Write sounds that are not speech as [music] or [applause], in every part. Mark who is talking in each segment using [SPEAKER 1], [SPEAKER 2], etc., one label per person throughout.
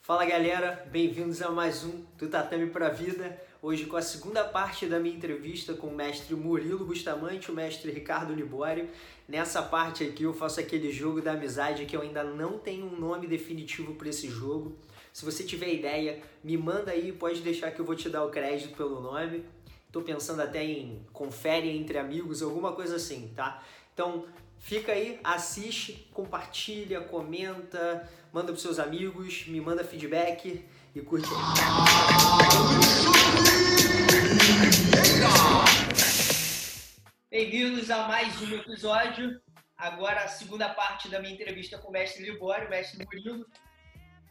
[SPEAKER 1] Fala galera, bem-vindos a mais um do Tatame pra Vida. Hoje com a segunda parte da minha entrevista com o mestre Murilo Bustamante, o mestre Ricardo Libório. Nessa parte aqui eu faço aquele jogo da amizade que eu ainda não tenho um nome definitivo para esse jogo. Se você tiver ideia, me manda aí, pode deixar que eu vou te dar o crédito pelo nome. Tô pensando até em confere entre amigos, alguma coisa assim, tá? Então, Fica aí, assiste, compartilha, comenta, manda pros seus amigos, me manda feedback e curte. Bem-vindos a mais um episódio. Agora a segunda parte da minha entrevista com o mestre Libório, o mestre Murilo.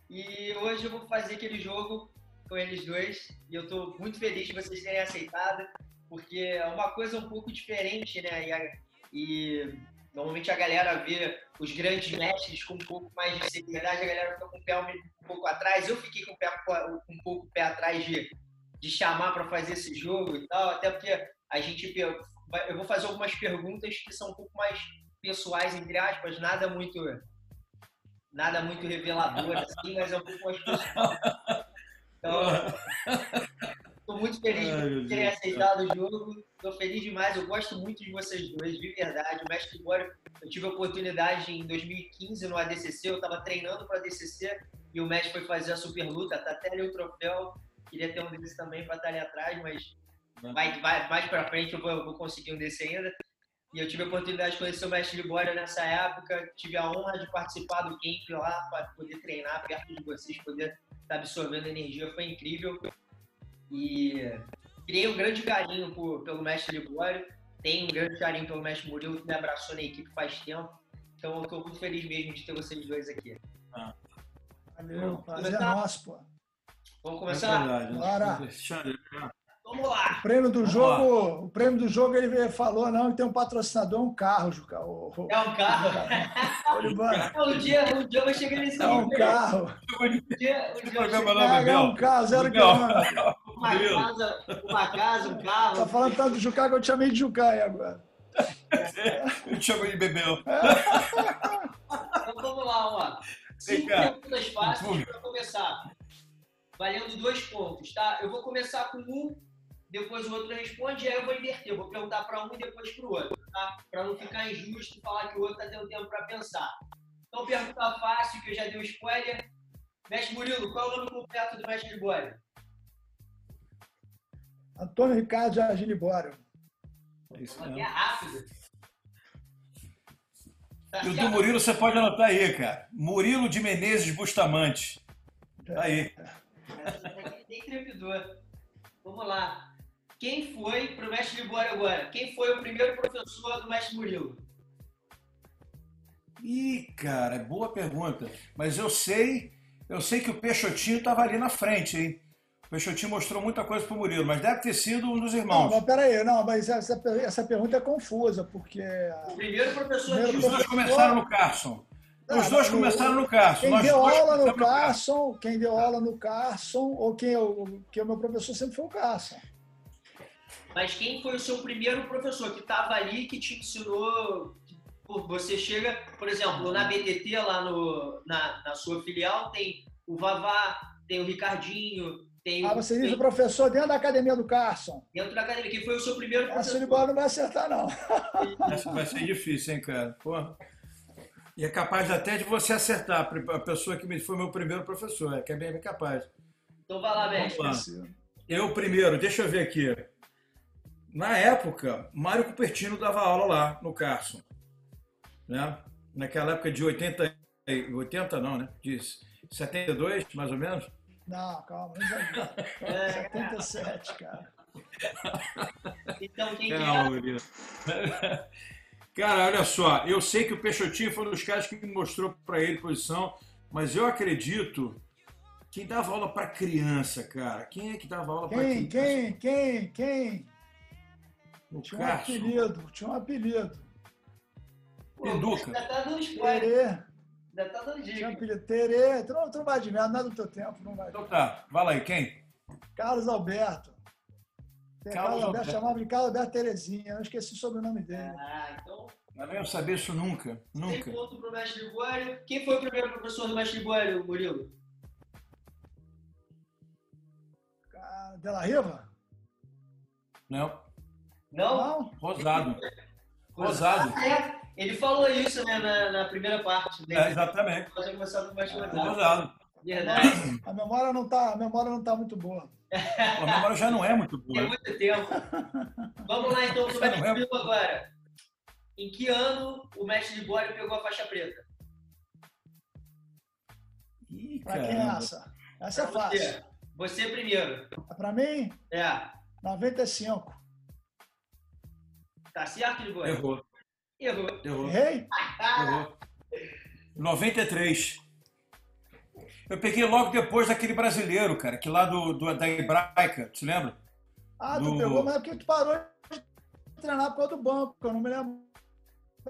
[SPEAKER 1] E hoje eu vou fazer aquele jogo com eles dois. E eu estou muito feliz de vocês terem aceitado, porque é uma coisa um pouco diferente, né? E, a- e Normalmente a galera vê os grandes mestres com um pouco mais de seriedade, a galera fica com o pé um pouco atrás. Eu fiquei com o pé com um pouco o pé atrás de, de chamar para fazer esse jogo e tal, até porque a gente pe- vai- eu vou fazer algumas perguntas que são um pouco mais pessoais entre aspas, nada muito nada muito revelador assim, mas é um pouco mais pessoal. Então,
[SPEAKER 2] [laughs]
[SPEAKER 1] Estou muito feliz
[SPEAKER 2] Ah, Ai,
[SPEAKER 1] de
[SPEAKER 2] meu
[SPEAKER 1] terem
[SPEAKER 2] Deus.
[SPEAKER 1] aceitado o jogo. Estou feliz demais. Eu gosto muito de vocês dois, de verdade. O Mestre Libório, eu tive a oportunidade em 2015 no ADCC. Eu estava treinando para ADCC e o Mestre foi fazer a super luta. Tá até ali o troféu. Queria ter um desses também para estar ali atrás, mas vai, vai, mais para frente eu vou, eu vou conseguir um desse ainda. E eu tive a oportunidade de conhecer o Mestre Libório nessa época. Tive a honra de participar do camp lá, para poder treinar perto de vocês, poder estar absorvendo energia. Foi incrível e criei um grande carinho por- pelo mestre Libório, tenho um grande carinho pelo mestre Murilo, que me abraçou na equipe faz tempo. Então eu tô muito feliz mesmo de ter vocês dois aqui.
[SPEAKER 3] Valeu, prazer é
[SPEAKER 1] Começar?
[SPEAKER 3] nosso, pô.
[SPEAKER 1] Vamos
[SPEAKER 2] É
[SPEAKER 1] começar?
[SPEAKER 2] verdade, né?
[SPEAKER 3] Bora.
[SPEAKER 2] Deixa eu-
[SPEAKER 1] Vamos lá!
[SPEAKER 3] O prêmio do
[SPEAKER 2] Vamos
[SPEAKER 3] jogo, o prêmio do jogo ele falou não que tem um patrocinador, um carro, Juca. O, o,
[SPEAKER 1] É um carro.
[SPEAKER 3] Olivano,
[SPEAKER 1] Um dia, um dia eu vou chegar nesse
[SPEAKER 3] é um
[SPEAKER 1] nível.
[SPEAKER 3] carro.
[SPEAKER 1] Um dia, um dia eu
[SPEAKER 2] Programa
[SPEAKER 1] chego
[SPEAKER 2] lá,
[SPEAKER 3] É, é um
[SPEAKER 2] Bebel.
[SPEAKER 3] carro, zero
[SPEAKER 2] Bebel.
[SPEAKER 3] quilômetro.
[SPEAKER 1] numa
[SPEAKER 2] Murilo.
[SPEAKER 1] casa, uma casa, um carro.
[SPEAKER 3] Tá falando tanto do Juca que eu te chamei de Juca aí agora.
[SPEAKER 2] Eu te chamo de Bebel.
[SPEAKER 1] Então vamos lá, ó. Cinco
[SPEAKER 2] cá.
[SPEAKER 1] perguntas fáceis para começar. Valendo dois pontos, tá? Eu vou começar com um, depois o outro responde, e aí eu vou inverter. Eu vou perguntar para um e depois para o outro, tá? Para não ficar injusto e falar que o outro tá tendo tempo para pensar. Então, pergunta fácil, que eu já dei um spoiler. Mestre Murilo, qual é o nome completo do Mestre Libório?
[SPEAKER 3] Antônio Ricardo de Argini Bório.
[SPEAKER 2] É isso
[SPEAKER 1] Até
[SPEAKER 2] mesmo.
[SPEAKER 1] rápido. Tá
[SPEAKER 2] E o do
[SPEAKER 1] certo?
[SPEAKER 2] Murilo você pode anotar aí, cara. Murilo de Menezes Bustamante. Tá aí.
[SPEAKER 1] Essa daqui Nem trepidou. Vamos lá. Quem foi, pro mestre Libório agora, quem foi o primeiro professor do mestre Murilo?
[SPEAKER 2] Ih, cara, é boa pergunta. Mas eu sei, eu sei que o Peixotinho estava ali na frente, hein? O Peixotinho mostrou muita coisa pro Murilo, mas deve ter sido um dos
[SPEAKER 3] Não,
[SPEAKER 2] irmãos.
[SPEAKER 3] mas peraí, não, mas essa, essa pergunta é confusa, porque.
[SPEAKER 1] O primeiro professor
[SPEAKER 3] Primeiro
[SPEAKER 1] de
[SPEAKER 2] Os dois começaram no Carson. Os dois começaram no Carson.
[SPEAKER 3] Ah, Quem
[SPEAKER 2] Nós
[SPEAKER 3] deu
[SPEAKER 2] dois
[SPEAKER 3] aula no
[SPEAKER 2] começamos
[SPEAKER 3] Carson, quem deu aula no Carson, ou quem eu, que é o meu professor sempre foi o Carson.
[SPEAKER 1] Mas quem foi o seu primeiro professor que estava ali, que te ensinou? que, pô, Você chega, por exemplo, na BTT, lá no, na, na sua filial, tem o Vavá, tem o Ricardinho, tem
[SPEAKER 3] Ah,
[SPEAKER 1] o.
[SPEAKER 3] você diz o
[SPEAKER 1] tem-
[SPEAKER 3] professor dentro da academia do Carson.
[SPEAKER 1] Dentro da academia. Quem foi o seu primeiro
[SPEAKER 3] Essa
[SPEAKER 1] professor?
[SPEAKER 3] de bola não vai acertar, não.
[SPEAKER 2] Essa vai ser difícil, hein, cara? Porra. E é capaz até de você acertar a pessoa que me- foi meu primeiro professor. É que é bem bem capaz.
[SPEAKER 1] Então vai lá,
[SPEAKER 2] Vamos
[SPEAKER 1] mestre.
[SPEAKER 2] lá. Eu primeiro, deixa eu ver aqui. Na época, Mário Cupertino dava aula lá no Carson. Né? Naquela época de 80, e- 80 não, né? De 72, mais ou menos.
[SPEAKER 3] Não, calma. não vai-
[SPEAKER 1] É,
[SPEAKER 3] 77, cara.
[SPEAKER 1] Então quem que
[SPEAKER 2] Calma,
[SPEAKER 1] era?
[SPEAKER 2] Murilo. Cara, olha só, eu sei que o Peixotinho foi um dos caras que me mostrou para ele posição, mas eu acredito quem dava aula para criança, cara. Quem é que dava aula para
[SPEAKER 3] Quem,
[SPEAKER 2] criança?
[SPEAKER 3] quem, quem, quem?
[SPEAKER 2] O
[SPEAKER 3] Tinha um
[SPEAKER 2] Carson.
[SPEAKER 3] apelido, tinha um apelido.
[SPEAKER 2] Educa.
[SPEAKER 1] Ainda tá dando spoiler,
[SPEAKER 3] Terê,
[SPEAKER 1] ainda tá dando
[SPEAKER 3] tinha um
[SPEAKER 1] dica.
[SPEAKER 3] apelido. Terê, tu não, tu não vai adivinhar, não é do teu tempo, não vai.
[SPEAKER 2] Então tá, vai lá aí, quem?
[SPEAKER 3] Carlos Alberto. Tem
[SPEAKER 2] Carlos
[SPEAKER 3] Carlos Alberto
[SPEAKER 2] Alberto.
[SPEAKER 3] chamava de Carlos Alberto Terezinha, eu esqueci o sobrenome dele.
[SPEAKER 1] Ah, então
[SPEAKER 2] Eu não ia saber isso nunca,
[SPEAKER 1] tem
[SPEAKER 2] nunca.
[SPEAKER 1] ponto pro mestre Libório. Quem foi o primeiro professor do mestre Libório, Murilo? É.
[SPEAKER 3] da, Ah, de La Riva?
[SPEAKER 2] Não.
[SPEAKER 1] Não?
[SPEAKER 3] Não?
[SPEAKER 2] Rosado. Rosado.
[SPEAKER 1] Ah, é. Ele falou isso né, na, na primeira parte. Né?
[SPEAKER 2] É, exatamente.
[SPEAKER 1] Nós já começamos com mais coisa.
[SPEAKER 2] Rosado.
[SPEAKER 1] Verdade.
[SPEAKER 3] A memória não tá, a memória não tá muito boa.
[SPEAKER 2] A memória já não é muito
[SPEAKER 1] Tem
[SPEAKER 2] boa.
[SPEAKER 1] muito tempo. Vamos lá então,
[SPEAKER 2] é
[SPEAKER 1] sobre o Brasil agora. Em que ano o mestre de Bora pegou a faixa preta?
[SPEAKER 2] Ih,
[SPEAKER 3] Para quem é
[SPEAKER 2] caramba.
[SPEAKER 3] essa? Essa é
[SPEAKER 1] Pra você.
[SPEAKER 3] fácil.
[SPEAKER 1] Você primeiro.
[SPEAKER 3] Para mim,
[SPEAKER 1] É.
[SPEAKER 3] 95.
[SPEAKER 1] Tá certo, de Bora?
[SPEAKER 2] Errou,
[SPEAKER 1] Errou. Ah,
[SPEAKER 2] errou,
[SPEAKER 3] Errei?
[SPEAKER 2] errou. 93. Eu peguei logo depois daquele brasileiro, cara, que lá do, do- da Hebraica, tu se lembra?
[SPEAKER 3] Ah, tu
[SPEAKER 2] Do-
[SPEAKER 3] pegou, mas é porque tu parou de treinar por causa do banco. Eu não me lembro.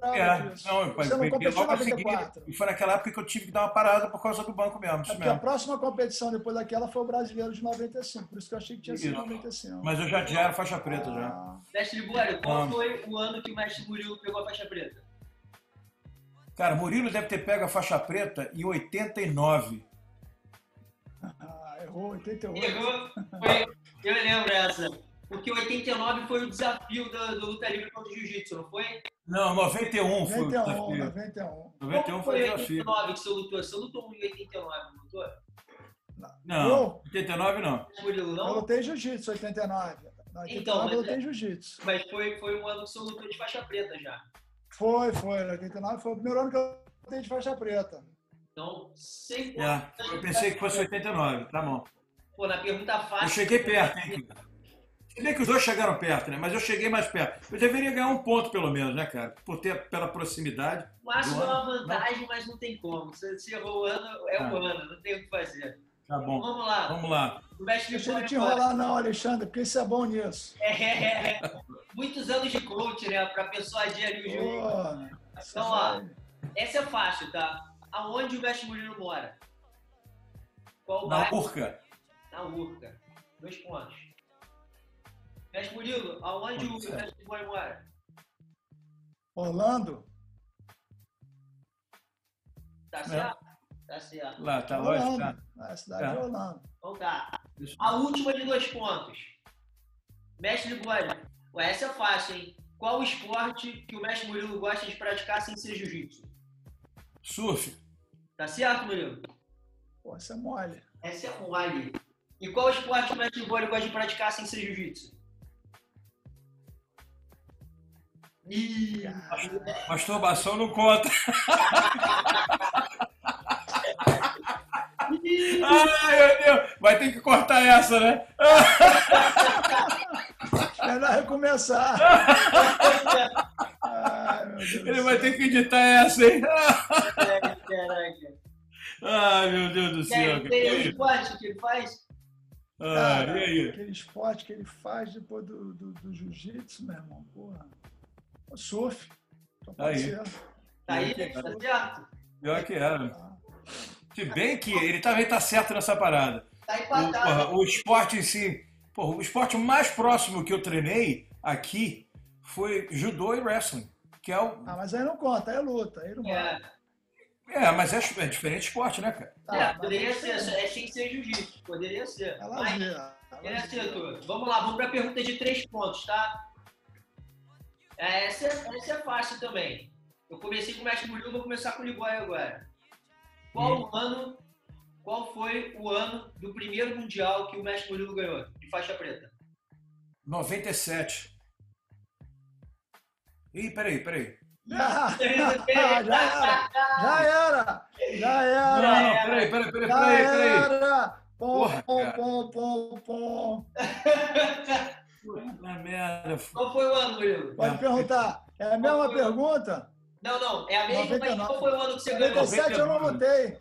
[SPEAKER 2] É, não, eu
[SPEAKER 3] Você não
[SPEAKER 2] peguei
[SPEAKER 3] competiu em
[SPEAKER 2] logo a seguir.
[SPEAKER 3] 94.
[SPEAKER 2] E foi naquela época que eu tive que dar uma parada por causa do banco mesmo,
[SPEAKER 3] É
[SPEAKER 2] isso
[SPEAKER 3] porque a
[SPEAKER 2] mesmo.
[SPEAKER 3] próxima competição depois daquela foi o brasileiro de 95. Por isso que eu achei que tinha sido
[SPEAKER 2] Isso.
[SPEAKER 3] 95.
[SPEAKER 2] Mas eu já, já era faixa preta já.
[SPEAKER 3] Ah,
[SPEAKER 1] Mestre de Bora, qual
[SPEAKER 2] Ah.
[SPEAKER 1] foi o ano que o mestre Murilo pegou a faixa preta?
[SPEAKER 2] Cara, Murilo deve ter pego a faixa preta em 89.
[SPEAKER 3] ah, errou, 88.
[SPEAKER 1] Errou. Foi- Eu lembro essa. Porque 89 foi o desafio da- do Luta Livre contra o Jiu-Jitsu, não foi?
[SPEAKER 2] Não, 91 foi o
[SPEAKER 3] 91,
[SPEAKER 2] desafio.
[SPEAKER 3] 91.
[SPEAKER 2] 91
[SPEAKER 1] Como
[SPEAKER 2] foi o
[SPEAKER 1] em
[SPEAKER 2] desafio.
[SPEAKER 1] 89 que você lutou? Você lutou um em 89, não lutou?
[SPEAKER 2] Não, 89 não.
[SPEAKER 1] Murilo,
[SPEAKER 3] Eu
[SPEAKER 1] não?
[SPEAKER 3] lutei jiu-jitsu 89. Na 89
[SPEAKER 1] Então, mas
[SPEAKER 3] eu
[SPEAKER 1] é-
[SPEAKER 3] lutei jiu-jitsu.
[SPEAKER 1] Mas foi, foi um ano que você lutou de faixa preta já.
[SPEAKER 3] Foi, foi. Na 89 foi o primeiro ano que eu lutei de faixa preta.
[SPEAKER 1] Então, sem
[SPEAKER 2] É, eu pensei que fosse 89, tá bom.
[SPEAKER 1] Pô, na pergunta
[SPEAKER 2] Eu
[SPEAKER 1] fácil.
[SPEAKER 2] cheguei perto, hein? cara? Se bem que os dois chegaram perto, né? Mas eu cheguei mais perto. Eu deveria ganhar um ponto, pelo menos, né, cara? Por ter, pela proximidade.
[SPEAKER 1] O Márcio dá uma
[SPEAKER 2] Boa.
[SPEAKER 1] vantagem, mas não tem como. Se se errou o ano, é o
[SPEAKER 2] Ah.
[SPEAKER 1] ano, não tem o que fazer.
[SPEAKER 2] Tá bom.
[SPEAKER 1] Vamos lá.
[SPEAKER 2] Vamos lá.
[SPEAKER 1] O mestre
[SPEAKER 3] Deixa ele
[SPEAKER 1] Libório
[SPEAKER 3] te
[SPEAKER 1] agora.
[SPEAKER 3] enrolar não, Alexandre, porque isso é bom nisso.
[SPEAKER 1] [laughs] É. Muitos anos de coach, né? Pra pessoa agir ali o jogo.
[SPEAKER 3] Pô, isso é
[SPEAKER 1] Então, ó.
[SPEAKER 3] aí.
[SPEAKER 1] Essa é fácil, tá? Aonde o mestre Murilo mora? Qual
[SPEAKER 2] Na
[SPEAKER 1] bairro?
[SPEAKER 2] urca.
[SPEAKER 1] Na Urca. Dois pontos. Mestre Murilo, aonde o
[SPEAKER 2] Certo.
[SPEAKER 1] mestre Libório mora?
[SPEAKER 3] Orlando?
[SPEAKER 1] Tá
[SPEAKER 2] É.
[SPEAKER 1] certo? Tá certo.
[SPEAKER 2] Lá, tá lógico, tá?
[SPEAKER 3] Orlando. Ah, A cidade de
[SPEAKER 2] Tá.
[SPEAKER 3] Orlando.
[SPEAKER 1] Então tá.
[SPEAKER 2] Isso.
[SPEAKER 1] A última de dois pontos. Mestre Libório, ué, essa é fácil, hein? Qual o esporte que o mestre Murilo gosta de praticar sem ser jiu-jitsu?
[SPEAKER 2] Surf.
[SPEAKER 1] Tá certo, Murilo?
[SPEAKER 3] Pô, isso é mole.
[SPEAKER 1] Essa é mole. E qual o esporte que o mestre Libório gosta de praticar sem ser jiu-jitsu? Ih,
[SPEAKER 2] Masturbação não conta. [laughs]
[SPEAKER 1] ih,
[SPEAKER 2] Ai, meu Deus. Vai ter que cortar essa, né?
[SPEAKER 3] Melhor
[SPEAKER 2] [laughs]
[SPEAKER 3] recomeçar.
[SPEAKER 1] caraca,
[SPEAKER 3] Ai, meu Deus.
[SPEAKER 2] Ele vai ter que editar essa, hein? [laughs]
[SPEAKER 1] caraca.
[SPEAKER 2] Ai, meu Deus do céu.
[SPEAKER 1] Tem,
[SPEAKER 2] cara.
[SPEAKER 1] tem um
[SPEAKER 2] E aí?
[SPEAKER 1] esporte que ele faz?
[SPEAKER 2] Ah,
[SPEAKER 3] Cara,
[SPEAKER 2] e aí?
[SPEAKER 3] Aquele esporte que ele faz depois do, do, do jiu-jitsu, meu irmão, porra. O surf. Só pode
[SPEAKER 2] Aí.
[SPEAKER 3] ser.
[SPEAKER 1] Tá aí,
[SPEAKER 2] Tem.
[SPEAKER 1] tá certo?
[SPEAKER 2] Pior que era.
[SPEAKER 3] Ah,
[SPEAKER 2] Se bem que ele também tá certo nessa parada.
[SPEAKER 1] Tá
[SPEAKER 2] o,
[SPEAKER 1] empatado.
[SPEAKER 2] porra, o esporte em si. Porra, o esporte mais próximo que eu treinei aqui foi judô e wrestling. Que é o.
[SPEAKER 3] Ah, mas aí não conta, aí é luta, aí não
[SPEAKER 1] É.
[SPEAKER 3] vale.
[SPEAKER 2] É, mas é, é diferente esporte, né, cara?
[SPEAKER 3] Tá,
[SPEAKER 1] é,
[SPEAKER 3] mas-
[SPEAKER 1] poderia ser, é, tinha que ser jiu-jitsu, poderia ser.
[SPEAKER 3] É
[SPEAKER 1] Mas
[SPEAKER 3] lazer.
[SPEAKER 1] ele
[SPEAKER 3] lazer.
[SPEAKER 1] acertou. Vamos lá, vamos para a pergunta de três pontos, tá? É, Essa, essa é fácil também. Eu comecei com o Mestre Murilo, vou começar com o Ligói agora. Qual
[SPEAKER 3] Hum.
[SPEAKER 1] o ano, qual foi o ano do primeiro Mundial que o Mestre Murilo ganhou, de faixa
[SPEAKER 3] [laughs]
[SPEAKER 1] preta?
[SPEAKER 2] 97. Ih, peraí, peraí.
[SPEAKER 3] [laughs] Já, Ah, já era, já era, já
[SPEAKER 2] Não,
[SPEAKER 3] era,
[SPEAKER 2] não, peraí, peraí, peraí,
[SPEAKER 3] já
[SPEAKER 2] peraí, peraí.
[SPEAKER 3] era. Pom,
[SPEAKER 2] Porra,
[SPEAKER 3] pom,
[SPEAKER 2] cara.
[SPEAKER 3] pom, pom, pom.
[SPEAKER 2] Puta merda. f-
[SPEAKER 1] Qual foi o ano, Murilo?
[SPEAKER 3] Pode
[SPEAKER 2] É.
[SPEAKER 3] perguntar. É a mesma pergunta?
[SPEAKER 1] Não, não, é a mesma, mas
[SPEAKER 3] 99.
[SPEAKER 1] qual foi o ano que você ganhou?
[SPEAKER 3] 97 eu não lutei.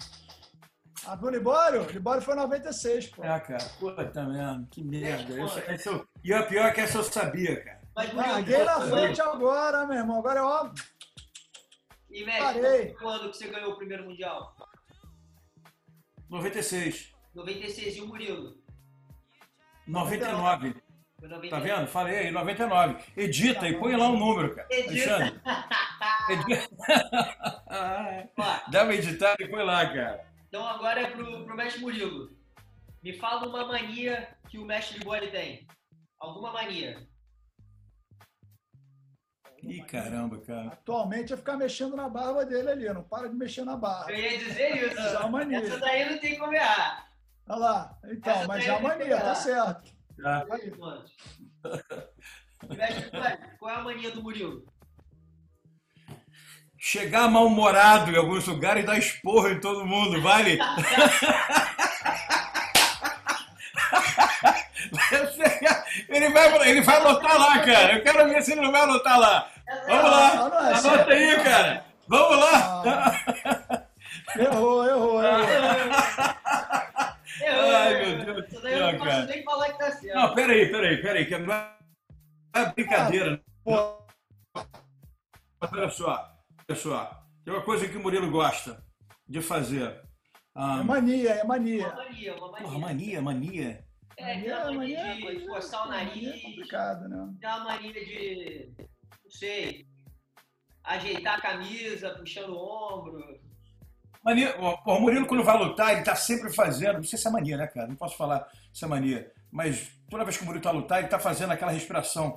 [SPEAKER 3] A do Libório? Libório foi 96, pô.
[SPEAKER 2] É, cara. Puta merda. Que merda. Eu só- essa eu- e a pior é que essa eu sabia, cara.
[SPEAKER 1] Mas
[SPEAKER 3] Larguei Ah, na
[SPEAKER 1] qual foi o ano?
[SPEAKER 3] frente agora, meu irmão. Agora é óbvio.
[SPEAKER 1] E, Mestre, qual
[SPEAKER 3] Parei.
[SPEAKER 1] foi o ano que você ganhou o primeiro Mundial?
[SPEAKER 2] 96.
[SPEAKER 1] 96 e o Murilo.
[SPEAKER 2] 99.
[SPEAKER 1] Foi
[SPEAKER 2] Tá
[SPEAKER 1] 96.
[SPEAKER 2] vendo? Falei aí, 99. Edita e põe lá o número, cara.
[SPEAKER 1] Edita.
[SPEAKER 2] Alexandre. Edita.
[SPEAKER 1] Ó,
[SPEAKER 2] Dá uma editada e põe lá, cara.
[SPEAKER 1] então agora é pro, pro mestre Murilo. Me fala uma mania que o mestre Libori tem. Alguma mania.
[SPEAKER 2] Ih, caramba, cara.
[SPEAKER 3] Atualmente é ficar mexendo na barba dele ali, não para de mexer na barba.
[SPEAKER 1] Eu ia dizer
[SPEAKER 2] [laughs]
[SPEAKER 1] isso.
[SPEAKER 3] Isso é uma mania.
[SPEAKER 1] Essa daí não tem como errar.
[SPEAKER 3] Olha lá, então,
[SPEAKER 1] Essa
[SPEAKER 3] mas
[SPEAKER 1] daí
[SPEAKER 3] é uma
[SPEAKER 1] eu vou
[SPEAKER 3] mania, tá
[SPEAKER 1] pegar.
[SPEAKER 3] certo.
[SPEAKER 2] Tá.
[SPEAKER 3] Aí,
[SPEAKER 1] Mestre Libori, qual é a mania do Murilo?
[SPEAKER 2] Chegar mal-humorado em alguns lugares e dar esporro em todo mundo, vale? [laughs] ele, vai, ele vai anotar lá, cara. Eu quero ver se ele não vai anotar lá. Vamos
[SPEAKER 3] Não, não
[SPEAKER 2] lá,
[SPEAKER 3] é
[SPEAKER 2] anota
[SPEAKER 3] certo.
[SPEAKER 2] aí, cara. Vamos lá.
[SPEAKER 3] Errou, errou, errou.
[SPEAKER 2] Ai, meu Deus do
[SPEAKER 1] Essa daí eu não
[SPEAKER 2] céu,
[SPEAKER 1] posso
[SPEAKER 2] cara.
[SPEAKER 1] nem falar que tá certo.
[SPEAKER 2] Não, peraí, peraí, peraí, que não é não é brincadeira.
[SPEAKER 3] Pô,
[SPEAKER 2] Mas Olha só, olha só. Tem uma coisa que o Murilo gosta de fazer. Ah,
[SPEAKER 3] é mania, é
[SPEAKER 1] Uma
[SPEAKER 3] mania.
[SPEAKER 1] mania, uma mania.
[SPEAKER 2] porra, mania, mania.
[SPEAKER 1] É, tem uma
[SPEAKER 3] Mania,
[SPEAKER 1] mania
[SPEAKER 3] mania é
[SPEAKER 1] de
[SPEAKER 3] coisa-
[SPEAKER 1] forçar o
[SPEAKER 3] mania É
[SPEAKER 1] nariz,
[SPEAKER 3] complicado, né?
[SPEAKER 1] tem uma mania de, não sei, ajeitar a camisa, puxando o ombro.
[SPEAKER 2] Mania, ó, pô, o Murilo, quando vai lutar, ele tá sempre fazendo. Não sei se é mania, né, cara? Não posso falar se é mania. Mas toda vez que o Murilo tá a lutar, ele tá fazendo aquela respiração.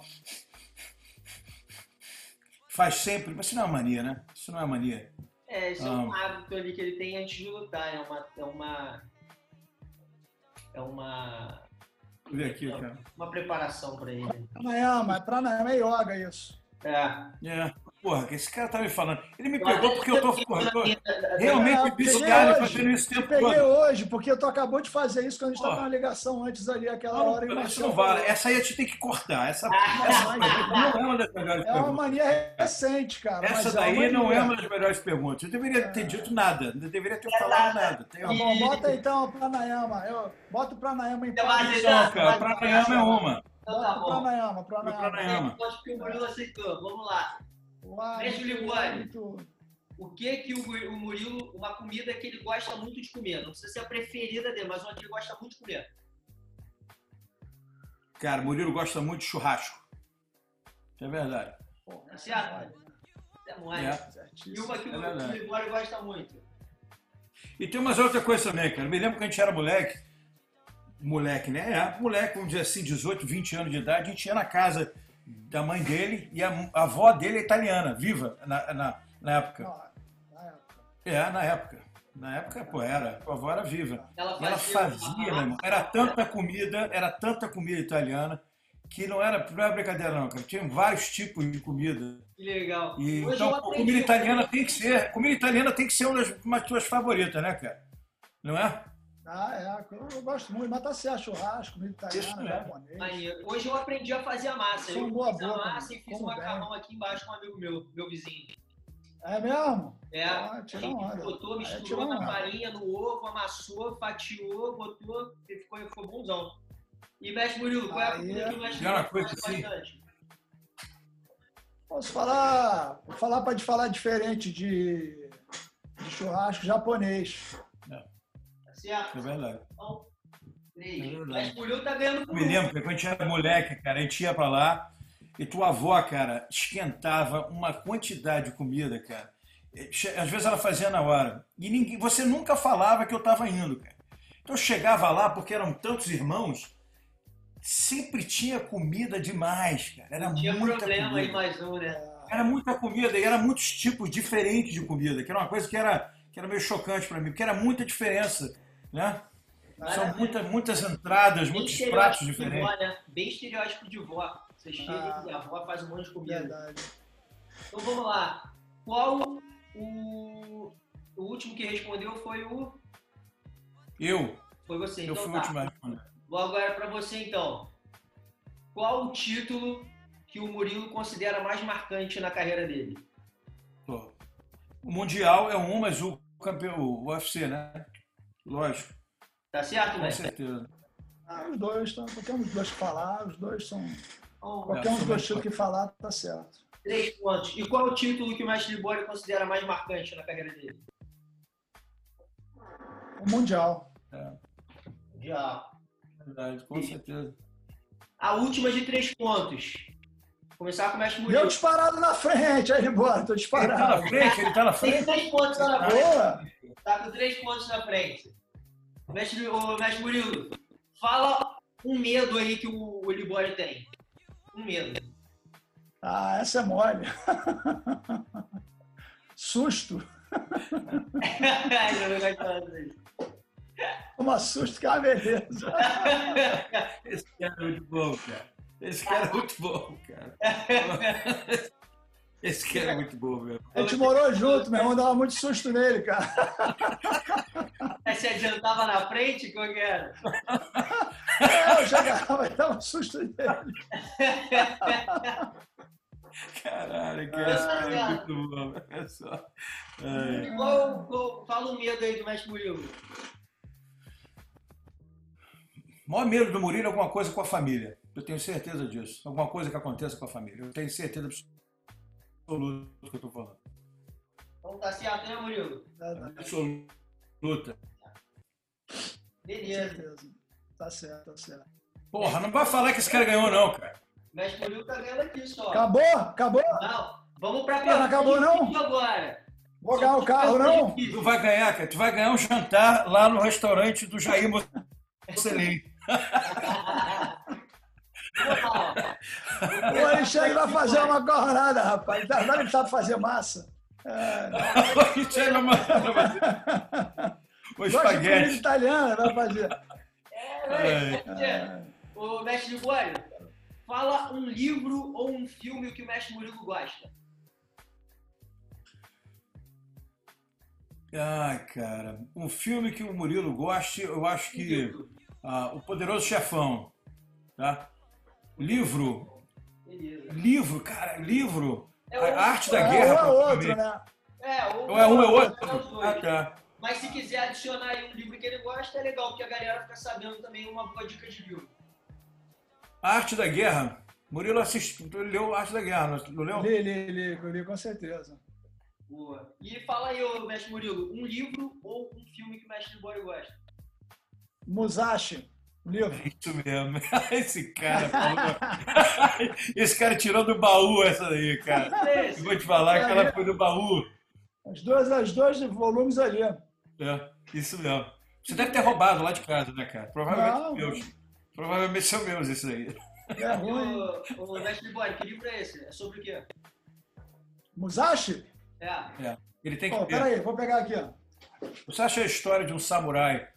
[SPEAKER 2] Faz sempre. Mas isso não é uma mania, né? Isso não é uma mania.
[SPEAKER 1] É, esse é
[SPEAKER 2] Ah.
[SPEAKER 1] um hábito ali que ele tem antes de lutar, é uma... É uma, é uma,
[SPEAKER 2] Deixa eu ver aqui, cara.
[SPEAKER 1] uma preparação pra ele.
[SPEAKER 3] Pranayama, é pranayama, é yoga isso.
[SPEAKER 1] É.
[SPEAKER 2] É. Porra, que esse cara tá me falando. Ele me
[SPEAKER 1] Eu
[SPEAKER 2] pegou
[SPEAKER 1] acho que
[SPEAKER 2] porque eu tô.
[SPEAKER 1] tenho
[SPEAKER 2] Porra, eu tô
[SPEAKER 1] mania né? da-
[SPEAKER 2] realmente
[SPEAKER 3] Eu peguei
[SPEAKER 2] viciado
[SPEAKER 3] hoje.
[SPEAKER 2] fazendo isso o
[SPEAKER 3] Eu
[SPEAKER 2] tempo
[SPEAKER 3] peguei
[SPEAKER 2] todo.
[SPEAKER 3] hoje, porque tu acabou de fazer isso quando a gente
[SPEAKER 2] Ó.
[SPEAKER 3] estava na ligação antes ali, aquela
[SPEAKER 2] Não,
[SPEAKER 3] hora. é e o
[SPEAKER 2] isso
[SPEAKER 3] Marcelo
[SPEAKER 2] não vale.
[SPEAKER 3] falou.
[SPEAKER 2] Essa aí a gente tem que cortar. Essa,
[SPEAKER 1] Ah,
[SPEAKER 2] essa
[SPEAKER 3] mas-
[SPEAKER 2] pergunta não é uma das melhores
[SPEAKER 3] É uma
[SPEAKER 2] perguntas.
[SPEAKER 3] mania recente, cara. mas
[SPEAKER 2] Essa
[SPEAKER 3] é uma Ah.
[SPEAKER 2] daí não é
[SPEAKER 3] mania.
[SPEAKER 2] uma das melhores perguntas. Eu deveria ter dito nada. Não deveria ter falado
[SPEAKER 1] nada.
[SPEAKER 2] nada. Tem
[SPEAKER 3] Tá
[SPEAKER 2] uma...
[SPEAKER 3] bom, bota então o pranayama. Eu, bota o pranayama em
[SPEAKER 1] Então,
[SPEAKER 3] paz.
[SPEAKER 1] mas-
[SPEAKER 2] Então, cara, pranayama é uma.
[SPEAKER 1] Então tá
[SPEAKER 3] Bota o
[SPEAKER 1] bom.
[SPEAKER 3] pranayama,
[SPEAKER 2] Meu
[SPEAKER 3] pranayama.
[SPEAKER 2] pranayama.
[SPEAKER 1] Eu acho que o Murilo aceitou. Vamos lá.
[SPEAKER 3] O ar
[SPEAKER 1] Beijo,
[SPEAKER 3] muito-
[SPEAKER 1] Ligório.
[SPEAKER 3] muito-
[SPEAKER 1] O que que o Gu- o Murilo, uma comida que ele gosta muito de comer? Não precisa ser a preferida dele, mas uma que ele gosta muito de comer.
[SPEAKER 2] Cara, Murilo gosta muito de churrasco. Isso é verdade.
[SPEAKER 3] Porra,
[SPEAKER 1] Tá certo? É mole.
[SPEAKER 2] É.
[SPEAKER 1] E
[SPEAKER 3] tá certíssimo.
[SPEAKER 1] uma que
[SPEAKER 2] É
[SPEAKER 1] o
[SPEAKER 2] verdade.
[SPEAKER 1] Gregório gosta muito.
[SPEAKER 2] E tem umas outras coisas também, cara. Me lembro que a gente era moleque. Moleque, né? É, moleque, vamos dizer assim, 18, 20 anos de idade. A gente ia na casa da mãe dele e a, a avó dele é italiana, viva, na, na, na época.
[SPEAKER 3] Ó, tá, na época.
[SPEAKER 2] É, na época. Na época, pô, era. A avó era viva.
[SPEAKER 1] Ela
[SPEAKER 2] E ela fazia, meu irmão. Era tanta comida, era tanta comida italiana, que não era, não era brincadeira, não, cara. Tinha vários tipos de comida.
[SPEAKER 1] Que legal.
[SPEAKER 2] E,
[SPEAKER 1] Hoje
[SPEAKER 2] então,
[SPEAKER 1] eu
[SPEAKER 2] pô,
[SPEAKER 1] aprendi
[SPEAKER 2] comida
[SPEAKER 1] uma
[SPEAKER 2] italiana tem que ser. Comida italiana tem que ser uma das uma das tuas favoritas, né, cara? Não é?
[SPEAKER 3] Ah, é. Eu, eu gosto muito. Mas tá certo, churrasco, comida
[SPEAKER 2] Isso né?
[SPEAKER 3] italiana,
[SPEAKER 2] mesmo.
[SPEAKER 3] japonês.
[SPEAKER 1] maneira. Hoje eu aprendi a fazer a massa.
[SPEAKER 3] Sou
[SPEAKER 2] um
[SPEAKER 1] Eu
[SPEAKER 3] boa
[SPEAKER 1] fiz a
[SPEAKER 3] boca,
[SPEAKER 1] massa e fiz um
[SPEAKER 3] como
[SPEAKER 1] macarrão aqui embaixo com um amigo meu, meu vizinho.
[SPEAKER 3] É mesmo?
[SPEAKER 1] É,
[SPEAKER 3] Ah,
[SPEAKER 1] a
[SPEAKER 3] tira
[SPEAKER 1] gente
[SPEAKER 3] onda.
[SPEAKER 1] botou,
[SPEAKER 3] Ah,
[SPEAKER 2] é
[SPEAKER 1] misturou
[SPEAKER 3] tira
[SPEAKER 1] na
[SPEAKER 3] onda.
[SPEAKER 1] farinha, no ovo, amassou, fatiou, botou, e ficou, ficou bonzão. E mestre Murilo, qual é a
[SPEAKER 3] Aí,
[SPEAKER 1] comida que o mestre
[SPEAKER 2] é uma
[SPEAKER 1] Murilo
[SPEAKER 2] coisa
[SPEAKER 1] gosta
[SPEAKER 2] assim.
[SPEAKER 1] bastante?
[SPEAKER 3] Posso falar. Vou falar pra te falar diferente de, de churrasco japonês.
[SPEAKER 1] Tá certo?
[SPEAKER 2] É verdade.
[SPEAKER 1] Então, três.
[SPEAKER 2] É verdade.
[SPEAKER 1] Mas Murilo tá ganhando
[SPEAKER 2] Eu
[SPEAKER 1] por
[SPEAKER 2] me
[SPEAKER 1] um.
[SPEAKER 2] lembro que quando a gente era moleque, cara, a gente ia pra lá e tua avó, cara, esquentava uma quantidade de comida, cara. E che- Às vezes ela fazia na hora. E ninguém, você nunca falava que eu tava indo, cara. Então eu chegava lá, porque eram tantos irmãos, sempre tinha comida demais, cara. Era
[SPEAKER 1] Tinha
[SPEAKER 2] muita
[SPEAKER 1] problema aí
[SPEAKER 2] comida.
[SPEAKER 1] mais um,
[SPEAKER 3] É,
[SPEAKER 1] né?
[SPEAKER 2] Era muita comida e era muitos tipos diferentes de comida, que era uma coisa que era, que era meio chocante pra mim, porque era muita diferença, né? São
[SPEAKER 1] Maravilha.
[SPEAKER 2] muita, muitas entradas, muitos pratos
[SPEAKER 1] de
[SPEAKER 2] diferentes.
[SPEAKER 1] vó, né? Bem estereótipo de vó. Você chega
[SPEAKER 3] Ah.
[SPEAKER 1] e a vó faz um monte de comida.
[SPEAKER 3] Verdade.
[SPEAKER 1] Então vamos lá. Qual o, o último que respondeu foi o.
[SPEAKER 2] Eu,
[SPEAKER 1] Foi você,
[SPEAKER 2] eu
[SPEAKER 1] então
[SPEAKER 2] fui o
[SPEAKER 1] tá.
[SPEAKER 2] último a responder.
[SPEAKER 1] Vou agora pra você então. Qual o título que o Murilo considera mais marcante na carreira dele?
[SPEAKER 2] Pô, O Mundial é um, mas o campeão, o UFC, né? Lógico,
[SPEAKER 1] Tá certo,
[SPEAKER 2] com
[SPEAKER 1] mestre?
[SPEAKER 2] certeza.
[SPEAKER 3] Ah, os dois, estão qualquer um dos dois que falar, os dois são.
[SPEAKER 1] Então,
[SPEAKER 3] Qualquer um
[SPEAKER 2] são
[SPEAKER 3] dos dois
[SPEAKER 2] mais
[SPEAKER 3] tiros que falar, tá certo.
[SPEAKER 1] três pontos. E qual o título que o mestre Libório considera mais marcante na carreira dele?
[SPEAKER 3] O É Mundial.
[SPEAKER 1] Já.
[SPEAKER 2] é Verdade, com certeza.
[SPEAKER 1] A última de três pontos. Começar com o mestre
[SPEAKER 3] E eu
[SPEAKER 1] Murilo.
[SPEAKER 3] disparado na frente, aí embora, tô
[SPEAKER 2] Ele tá
[SPEAKER 3] disparado.
[SPEAKER 2] na frente, ele tá na
[SPEAKER 1] Tem
[SPEAKER 2] frente.
[SPEAKER 1] três pontos lá na frente.
[SPEAKER 3] Boa!
[SPEAKER 1] Tá com três pontos na frente. Mestre, ô, mestre Murilo, fala um medo aí que o, o Libório tem. Um
[SPEAKER 3] [laughs]
[SPEAKER 1] medo.
[SPEAKER 3] Ah, essa é mole. [laughs] Susto.
[SPEAKER 1] Eu não gosto de falar disso.
[SPEAKER 3] Toma susto que é uma beleza.
[SPEAKER 2] Esse cara é muito bom, cara. Esse cara é muito bom, cara. Esse cara é muito bom, meu.
[SPEAKER 3] A gente morou junto, meu irmão dava muito susto nele, cara.
[SPEAKER 1] Aí se adiantava na frente, qual que era?
[SPEAKER 3] É, Eu já agarrava e dava um susto nele.
[SPEAKER 2] Caralho, cara, esse cara é muito bom. velho. Olha só. É. Ai,
[SPEAKER 1] Igual, igual- fala um medo aí do mestre Murilo.
[SPEAKER 2] O maior medo do Murilo é alguma coisa com a família. Eu tenho certeza disso. Alguma coisa que aconteça com a família. Eu tenho certeza absoluta do que eu tô falando.
[SPEAKER 1] Então tá certo, né, Murilo?
[SPEAKER 2] Absoluta.
[SPEAKER 1] Beleza.
[SPEAKER 3] Tá certo, tá certo.
[SPEAKER 2] Porra, não vai falar que esse cara ganhou, não, cara.
[SPEAKER 1] O mestre Murilo tá ganhando aqui só.
[SPEAKER 3] Acabou? Acabou?
[SPEAKER 1] Não, vamos pra
[SPEAKER 3] Não, não acabou, não?
[SPEAKER 1] difícil agora.
[SPEAKER 3] Vou ganhar o carro, não?
[SPEAKER 2] Tu vai ganhar, cara. Tu vai ganhar um jantar lá no restaurante do
[SPEAKER 1] [laughs]
[SPEAKER 2] Jair [laughs] Mocelin.
[SPEAKER 3] O Alexandre vai fazer uma cornada, rapaz. Tá- Agora ele sabe fazer massa. É,
[SPEAKER 2] Isso é uma- O
[SPEAKER 3] gosta de comida
[SPEAKER 2] espaguete.
[SPEAKER 3] italiana, vai fazer.
[SPEAKER 1] É, Ô, mestre Libório, fala um livro ou um filme que o mestre Murilo gosta.
[SPEAKER 2] Ai, cara. Um filme que o Murilo goste, eu acho
[SPEAKER 1] Um
[SPEAKER 2] que.
[SPEAKER 1] livro.
[SPEAKER 2] Ah, o Poderoso Chefão, tá? Livro,
[SPEAKER 1] Beleza.
[SPEAKER 2] livro, cara, livro.
[SPEAKER 1] É
[SPEAKER 2] a
[SPEAKER 1] um-
[SPEAKER 2] arte da
[SPEAKER 3] É,
[SPEAKER 2] guerra.
[SPEAKER 3] um é outro,
[SPEAKER 2] provavelmente.
[SPEAKER 3] né?
[SPEAKER 1] É, ou,
[SPEAKER 2] Ou é um, é
[SPEAKER 1] ou os
[SPEAKER 2] outro.
[SPEAKER 1] dois.
[SPEAKER 2] Ah, tá.
[SPEAKER 1] Mas se quiser adicionar aí um livro que ele gosta, é legal, porque a galera fica sabendo também uma boa dica de livro.
[SPEAKER 2] A arte da guerra. Murilo assistiu, leu a arte da guerra, não leu?
[SPEAKER 3] Li, li, li, li, com certeza.
[SPEAKER 1] Boa. E fala aí, ô, mestre Murilo, um livro ou um filme que o mestre Libório gosta?
[SPEAKER 3] Musashi, livro.
[SPEAKER 2] Isso mesmo. [laughs] Esse cara falou- [laughs] Esse cara tirou do baú essa daí, cara.
[SPEAKER 1] Três.
[SPEAKER 2] Eu vou te falar que ela foi do baú.
[SPEAKER 3] Os dois, os dois volumes ali.
[SPEAKER 2] É, isso mesmo. Você deve ter roubado lá de casa, né, cara? Provavelmente
[SPEAKER 3] Não,
[SPEAKER 2] são meus. Provavelmente são meus esse daí.
[SPEAKER 1] E
[SPEAKER 3] É ruim.
[SPEAKER 1] o, o mestre Libório, que livro é esse? É sobre o quê?
[SPEAKER 3] Musashi?
[SPEAKER 1] É.
[SPEAKER 2] Ele tem que
[SPEAKER 3] Pô,
[SPEAKER 2] ter.
[SPEAKER 3] peraí, vou pegar aqui. ó.
[SPEAKER 2] Você acha a história de um samurai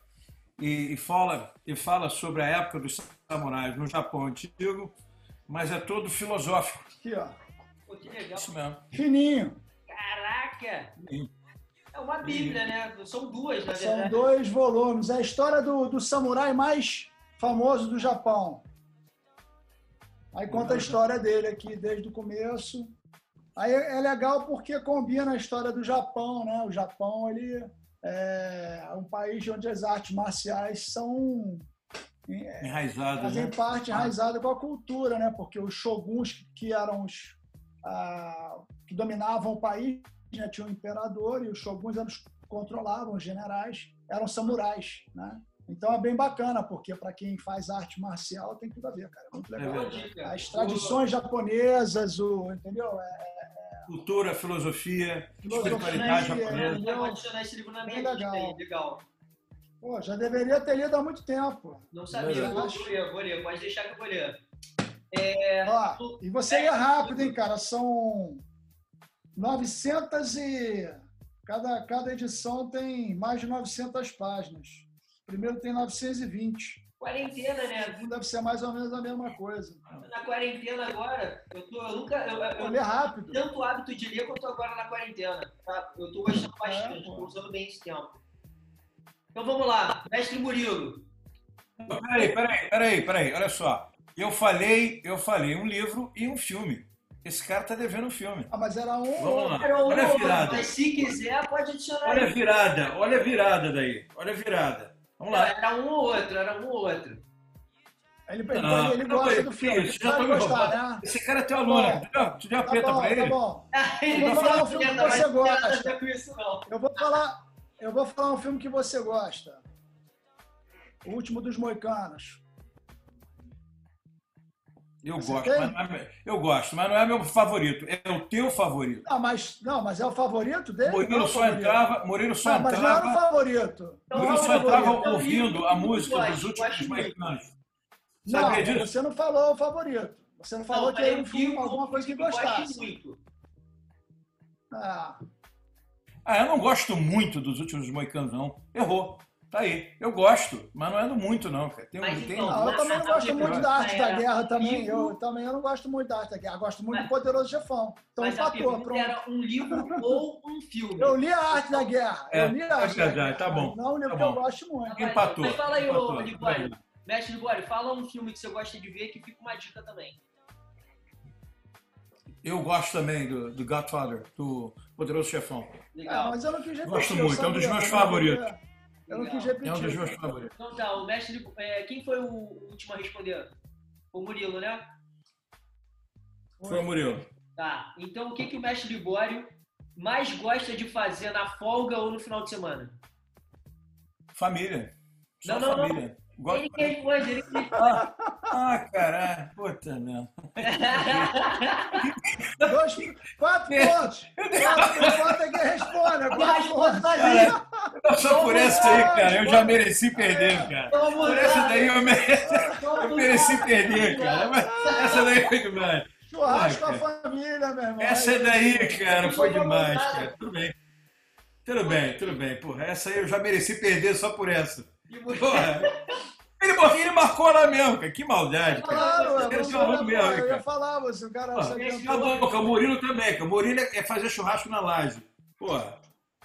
[SPEAKER 2] e, e fala, e fala sobre a época dos samurais no Japão antigo, mas é todo filosófico. é
[SPEAKER 3] Aqui, ó.
[SPEAKER 1] Pô, que legal.
[SPEAKER 2] Isso mesmo.
[SPEAKER 3] Fininho.
[SPEAKER 1] Caraca!
[SPEAKER 2] Sim.
[SPEAKER 1] É uma bíblia, né? São duas, na
[SPEAKER 3] São
[SPEAKER 1] verdade.
[SPEAKER 3] dois volumes. É a história do, do samurai mais famoso do Japão. Aí conta a história dele aqui desde o começo. Aí é é legal porque combina a história do Japão, né? O Japão ele é um país onde as artes marciais são
[SPEAKER 2] Enraizado,
[SPEAKER 3] fazem
[SPEAKER 2] né?
[SPEAKER 3] parte enraizada com a cultura, né? Porque os shoguns que- que eram os ah, que dominavam o país, né? tinha o imperador e os shoguns eram os que controlavam os generais, eram samurais, né? Então é bem bacana, porque para quem faz arte marcial tem tudo a ver, cara. É muito
[SPEAKER 2] É
[SPEAKER 3] legal.
[SPEAKER 1] Boa
[SPEAKER 2] verdade.
[SPEAKER 1] dica.
[SPEAKER 3] As tradições japonesas, o, entendeu? É,
[SPEAKER 2] Cultura, filosofia,
[SPEAKER 3] Filosofia,
[SPEAKER 2] espiritualidade
[SPEAKER 1] Vou adicionar
[SPEAKER 2] japonesa.
[SPEAKER 1] esse- Eu vou adicionar Tá esse livro na minha
[SPEAKER 3] Bem
[SPEAKER 1] lista
[SPEAKER 3] legal.
[SPEAKER 1] aí. Legal.
[SPEAKER 3] pô, já deveria ter lido há muito tempo.
[SPEAKER 1] Não sabia.
[SPEAKER 2] Legal.
[SPEAKER 1] Vou, vou ler, vou ler. Pode deixar que eu vou ler.
[SPEAKER 3] Ó, e você ia rápido, hein, cara? São 900 e... Cada, cada edição tem mais de 900 páginas. Primeiro tem 920.
[SPEAKER 1] Quarentena, né?
[SPEAKER 3] Deve ser mais ou menos a mesma coisa.
[SPEAKER 1] Na quarentena agora, eu, tô, eu nunca. Eu, eu-
[SPEAKER 3] Eu
[SPEAKER 1] eu
[SPEAKER 3] lê é rápido.
[SPEAKER 1] tanto hábito de ler quanto agora na quarentena. tá? Eu tô gostando bastante,
[SPEAKER 3] Ah, pô.
[SPEAKER 1] tô usando bem esse tempo. Então vamos lá, mestre Murilo.
[SPEAKER 2] Peraí, peraí, peraí, peraí, olha só. Eu falei, eu falei um livro e um filme. Esse cara tá devendo um filme.
[SPEAKER 3] Ah, mas era um...
[SPEAKER 2] Vamos lá.
[SPEAKER 1] Era um
[SPEAKER 2] Olha a
[SPEAKER 1] outro,
[SPEAKER 2] virada.
[SPEAKER 1] Mas se quiser, pode adicionar.
[SPEAKER 2] Olha a
[SPEAKER 1] aí.
[SPEAKER 2] virada, olha a virada daí. Olha a virada. Vamos lá.
[SPEAKER 1] Era um ou outro, era um ou outro. [laughs]
[SPEAKER 3] Ele, ele,
[SPEAKER 2] Não,
[SPEAKER 3] ele
[SPEAKER 2] não,
[SPEAKER 3] gosta
[SPEAKER 2] ele-
[SPEAKER 3] do filme.
[SPEAKER 2] ele
[SPEAKER 3] Você
[SPEAKER 2] já
[SPEAKER 3] vai
[SPEAKER 2] tá me
[SPEAKER 3] gostar, né?
[SPEAKER 2] Esse cara é teu aluno. Tu deu, tu deu a
[SPEAKER 3] Tá
[SPEAKER 2] preta
[SPEAKER 3] bom,
[SPEAKER 2] pra
[SPEAKER 3] tá
[SPEAKER 2] ele?
[SPEAKER 3] bom.
[SPEAKER 1] Ele
[SPEAKER 3] vou
[SPEAKER 1] não
[SPEAKER 3] falar
[SPEAKER 1] falou
[SPEAKER 3] um filme que
[SPEAKER 1] nada, mas
[SPEAKER 3] você
[SPEAKER 1] não tem nada a
[SPEAKER 3] gosta.
[SPEAKER 1] ver com isso, não.
[SPEAKER 3] Eu vou falar... Eu vou falar um filme que você gosta. O Último dos Moicanos.
[SPEAKER 2] Eu
[SPEAKER 3] Você
[SPEAKER 2] gosto,
[SPEAKER 3] tem?
[SPEAKER 2] mas não é meu- eu gosto, mas não é meu favorito, é o teu favorito.
[SPEAKER 3] Ah, mas, não, mas é o favorito dele? Não é
[SPEAKER 2] Murilo
[SPEAKER 3] o
[SPEAKER 2] só
[SPEAKER 3] favorito.
[SPEAKER 2] entrava, Murilo só
[SPEAKER 3] Ah, mas não era o
[SPEAKER 2] entrava,
[SPEAKER 3] favorito.
[SPEAKER 1] Não,
[SPEAKER 3] era
[SPEAKER 2] Murilo
[SPEAKER 3] o
[SPEAKER 2] só entrava
[SPEAKER 3] favorito.
[SPEAKER 2] ouvindo a música
[SPEAKER 1] Eu
[SPEAKER 2] dos
[SPEAKER 1] gosto,
[SPEAKER 2] últimos
[SPEAKER 1] gosto muito.
[SPEAKER 2] baicanos.
[SPEAKER 3] Não,
[SPEAKER 2] Sabia disso?
[SPEAKER 3] você não falou o favorito. Você não falou que era um filme, alguma coisa que
[SPEAKER 1] gosto
[SPEAKER 3] gostasse.
[SPEAKER 1] muito.
[SPEAKER 3] Ah,
[SPEAKER 2] Ah, eu não gosto muito dos últimos moicanos, não. Errou. Tá aí. Eu gosto, mas não é do muito, não, cara. Tem,
[SPEAKER 1] Mas
[SPEAKER 2] tem um
[SPEAKER 1] então,
[SPEAKER 3] não, eu também não gosto muito da arte da guerra também. Eu também eu não gosto muito da arte da guerra. Eu gosto muito do Poderoso Jefão. Então
[SPEAKER 1] Mas a
[SPEAKER 3] empatou,
[SPEAKER 1] pergunta
[SPEAKER 3] pronto.
[SPEAKER 1] era um
[SPEAKER 3] [laughs]
[SPEAKER 1] livro ou um filme.
[SPEAKER 3] Eu li a arte da guerra.
[SPEAKER 2] É,
[SPEAKER 3] Eu li a
[SPEAKER 2] é
[SPEAKER 3] arte da
[SPEAKER 2] verdade,
[SPEAKER 3] guerra.
[SPEAKER 2] tá bom,
[SPEAKER 3] Não li
[SPEAKER 2] tá
[SPEAKER 3] porque eu
[SPEAKER 2] bom.
[SPEAKER 3] gosto muito.
[SPEAKER 2] Empatou.
[SPEAKER 1] Mas fala aí, ô,
[SPEAKER 2] empatou.
[SPEAKER 1] Libório. Mestre Libório, fala um filme que você gosta de ver que fica uma dica também.
[SPEAKER 2] Eu gosto também do, do Godfather, do Poderoso Chefão.
[SPEAKER 3] Ah,
[SPEAKER 1] Legal.
[SPEAKER 3] mas eu não quis repetir.
[SPEAKER 2] Gosto
[SPEAKER 3] eu
[SPEAKER 2] muito, é um dos
[SPEAKER 3] sabia,
[SPEAKER 2] meus
[SPEAKER 3] eu não quis-
[SPEAKER 2] favoritos.
[SPEAKER 3] Eu não quis
[SPEAKER 1] Legal.
[SPEAKER 2] É um dos
[SPEAKER 3] repetir.
[SPEAKER 2] meus favoritos.
[SPEAKER 1] Então tá, o mestre. Libo- é, quem foi o último a responder? O Murilo, né?
[SPEAKER 2] Foi o Murilo.
[SPEAKER 1] Tá. Então o que, que o mestre Libório mais gosta de fazer na folga ou no final de semana?
[SPEAKER 2] Família. Só
[SPEAKER 1] Não, não, não.
[SPEAKER 2] família. Gosto-
[SPEAKER 1] Ele que responde, ele que
[SPEAKER 2] [laughs] Ah, caralho. Puta merda.
[SPEAKER 3] Dois,
[SPEAKER 2] [laughs]
[SPEAKER 3] quatro
[SPEAKER 2] É.
[SPEAKER 3] pontos. Quatro pontos é quem responde. é Quatro pontos.
[SPEAKER 2] Cara, só por essa aí, cara, eu já mereci perder, cara. Por essa daí eu mereci, [laughs] eu mereci perder, cara. Mas essa daí foi demais.
[SPEAKER 3] Churrasco com
[SPEAKER 2] Vai,
[SPEAKER 3] a família, meu irmão.
[SPEAKER 2] é. Essa daí, cara, foi demais, cara. Tudo bem. Tudo bem, tudo bem. Porra, essa aí eu já mereci perder só por essa. Porra. Ele, mar- ele marcou lá mesmo, cara. Que maldade, cara.
[SPEAKER 3] Claro,
[SPEAKER 2] Esse
[SPEAKER 3] eu,
[SPEAKER 2] é o maluco mesmo,
[SPEAKER 3] eu
[SPEAKER 2] cara.
[SPEAKER 3] ia falar, você, o cara.
[SPEAKER 2] Pô,
[SPEAKER 3] você um
[SPEAKER 1] esse
[SPEAKER 2] Tá
[SPEAKER 1] é
[SPEAKER 3] tentou-
[SPEAKER 2] bom, cara. O Murilo também, cara. O Murilo é é fazer churrasco na laje. Porra.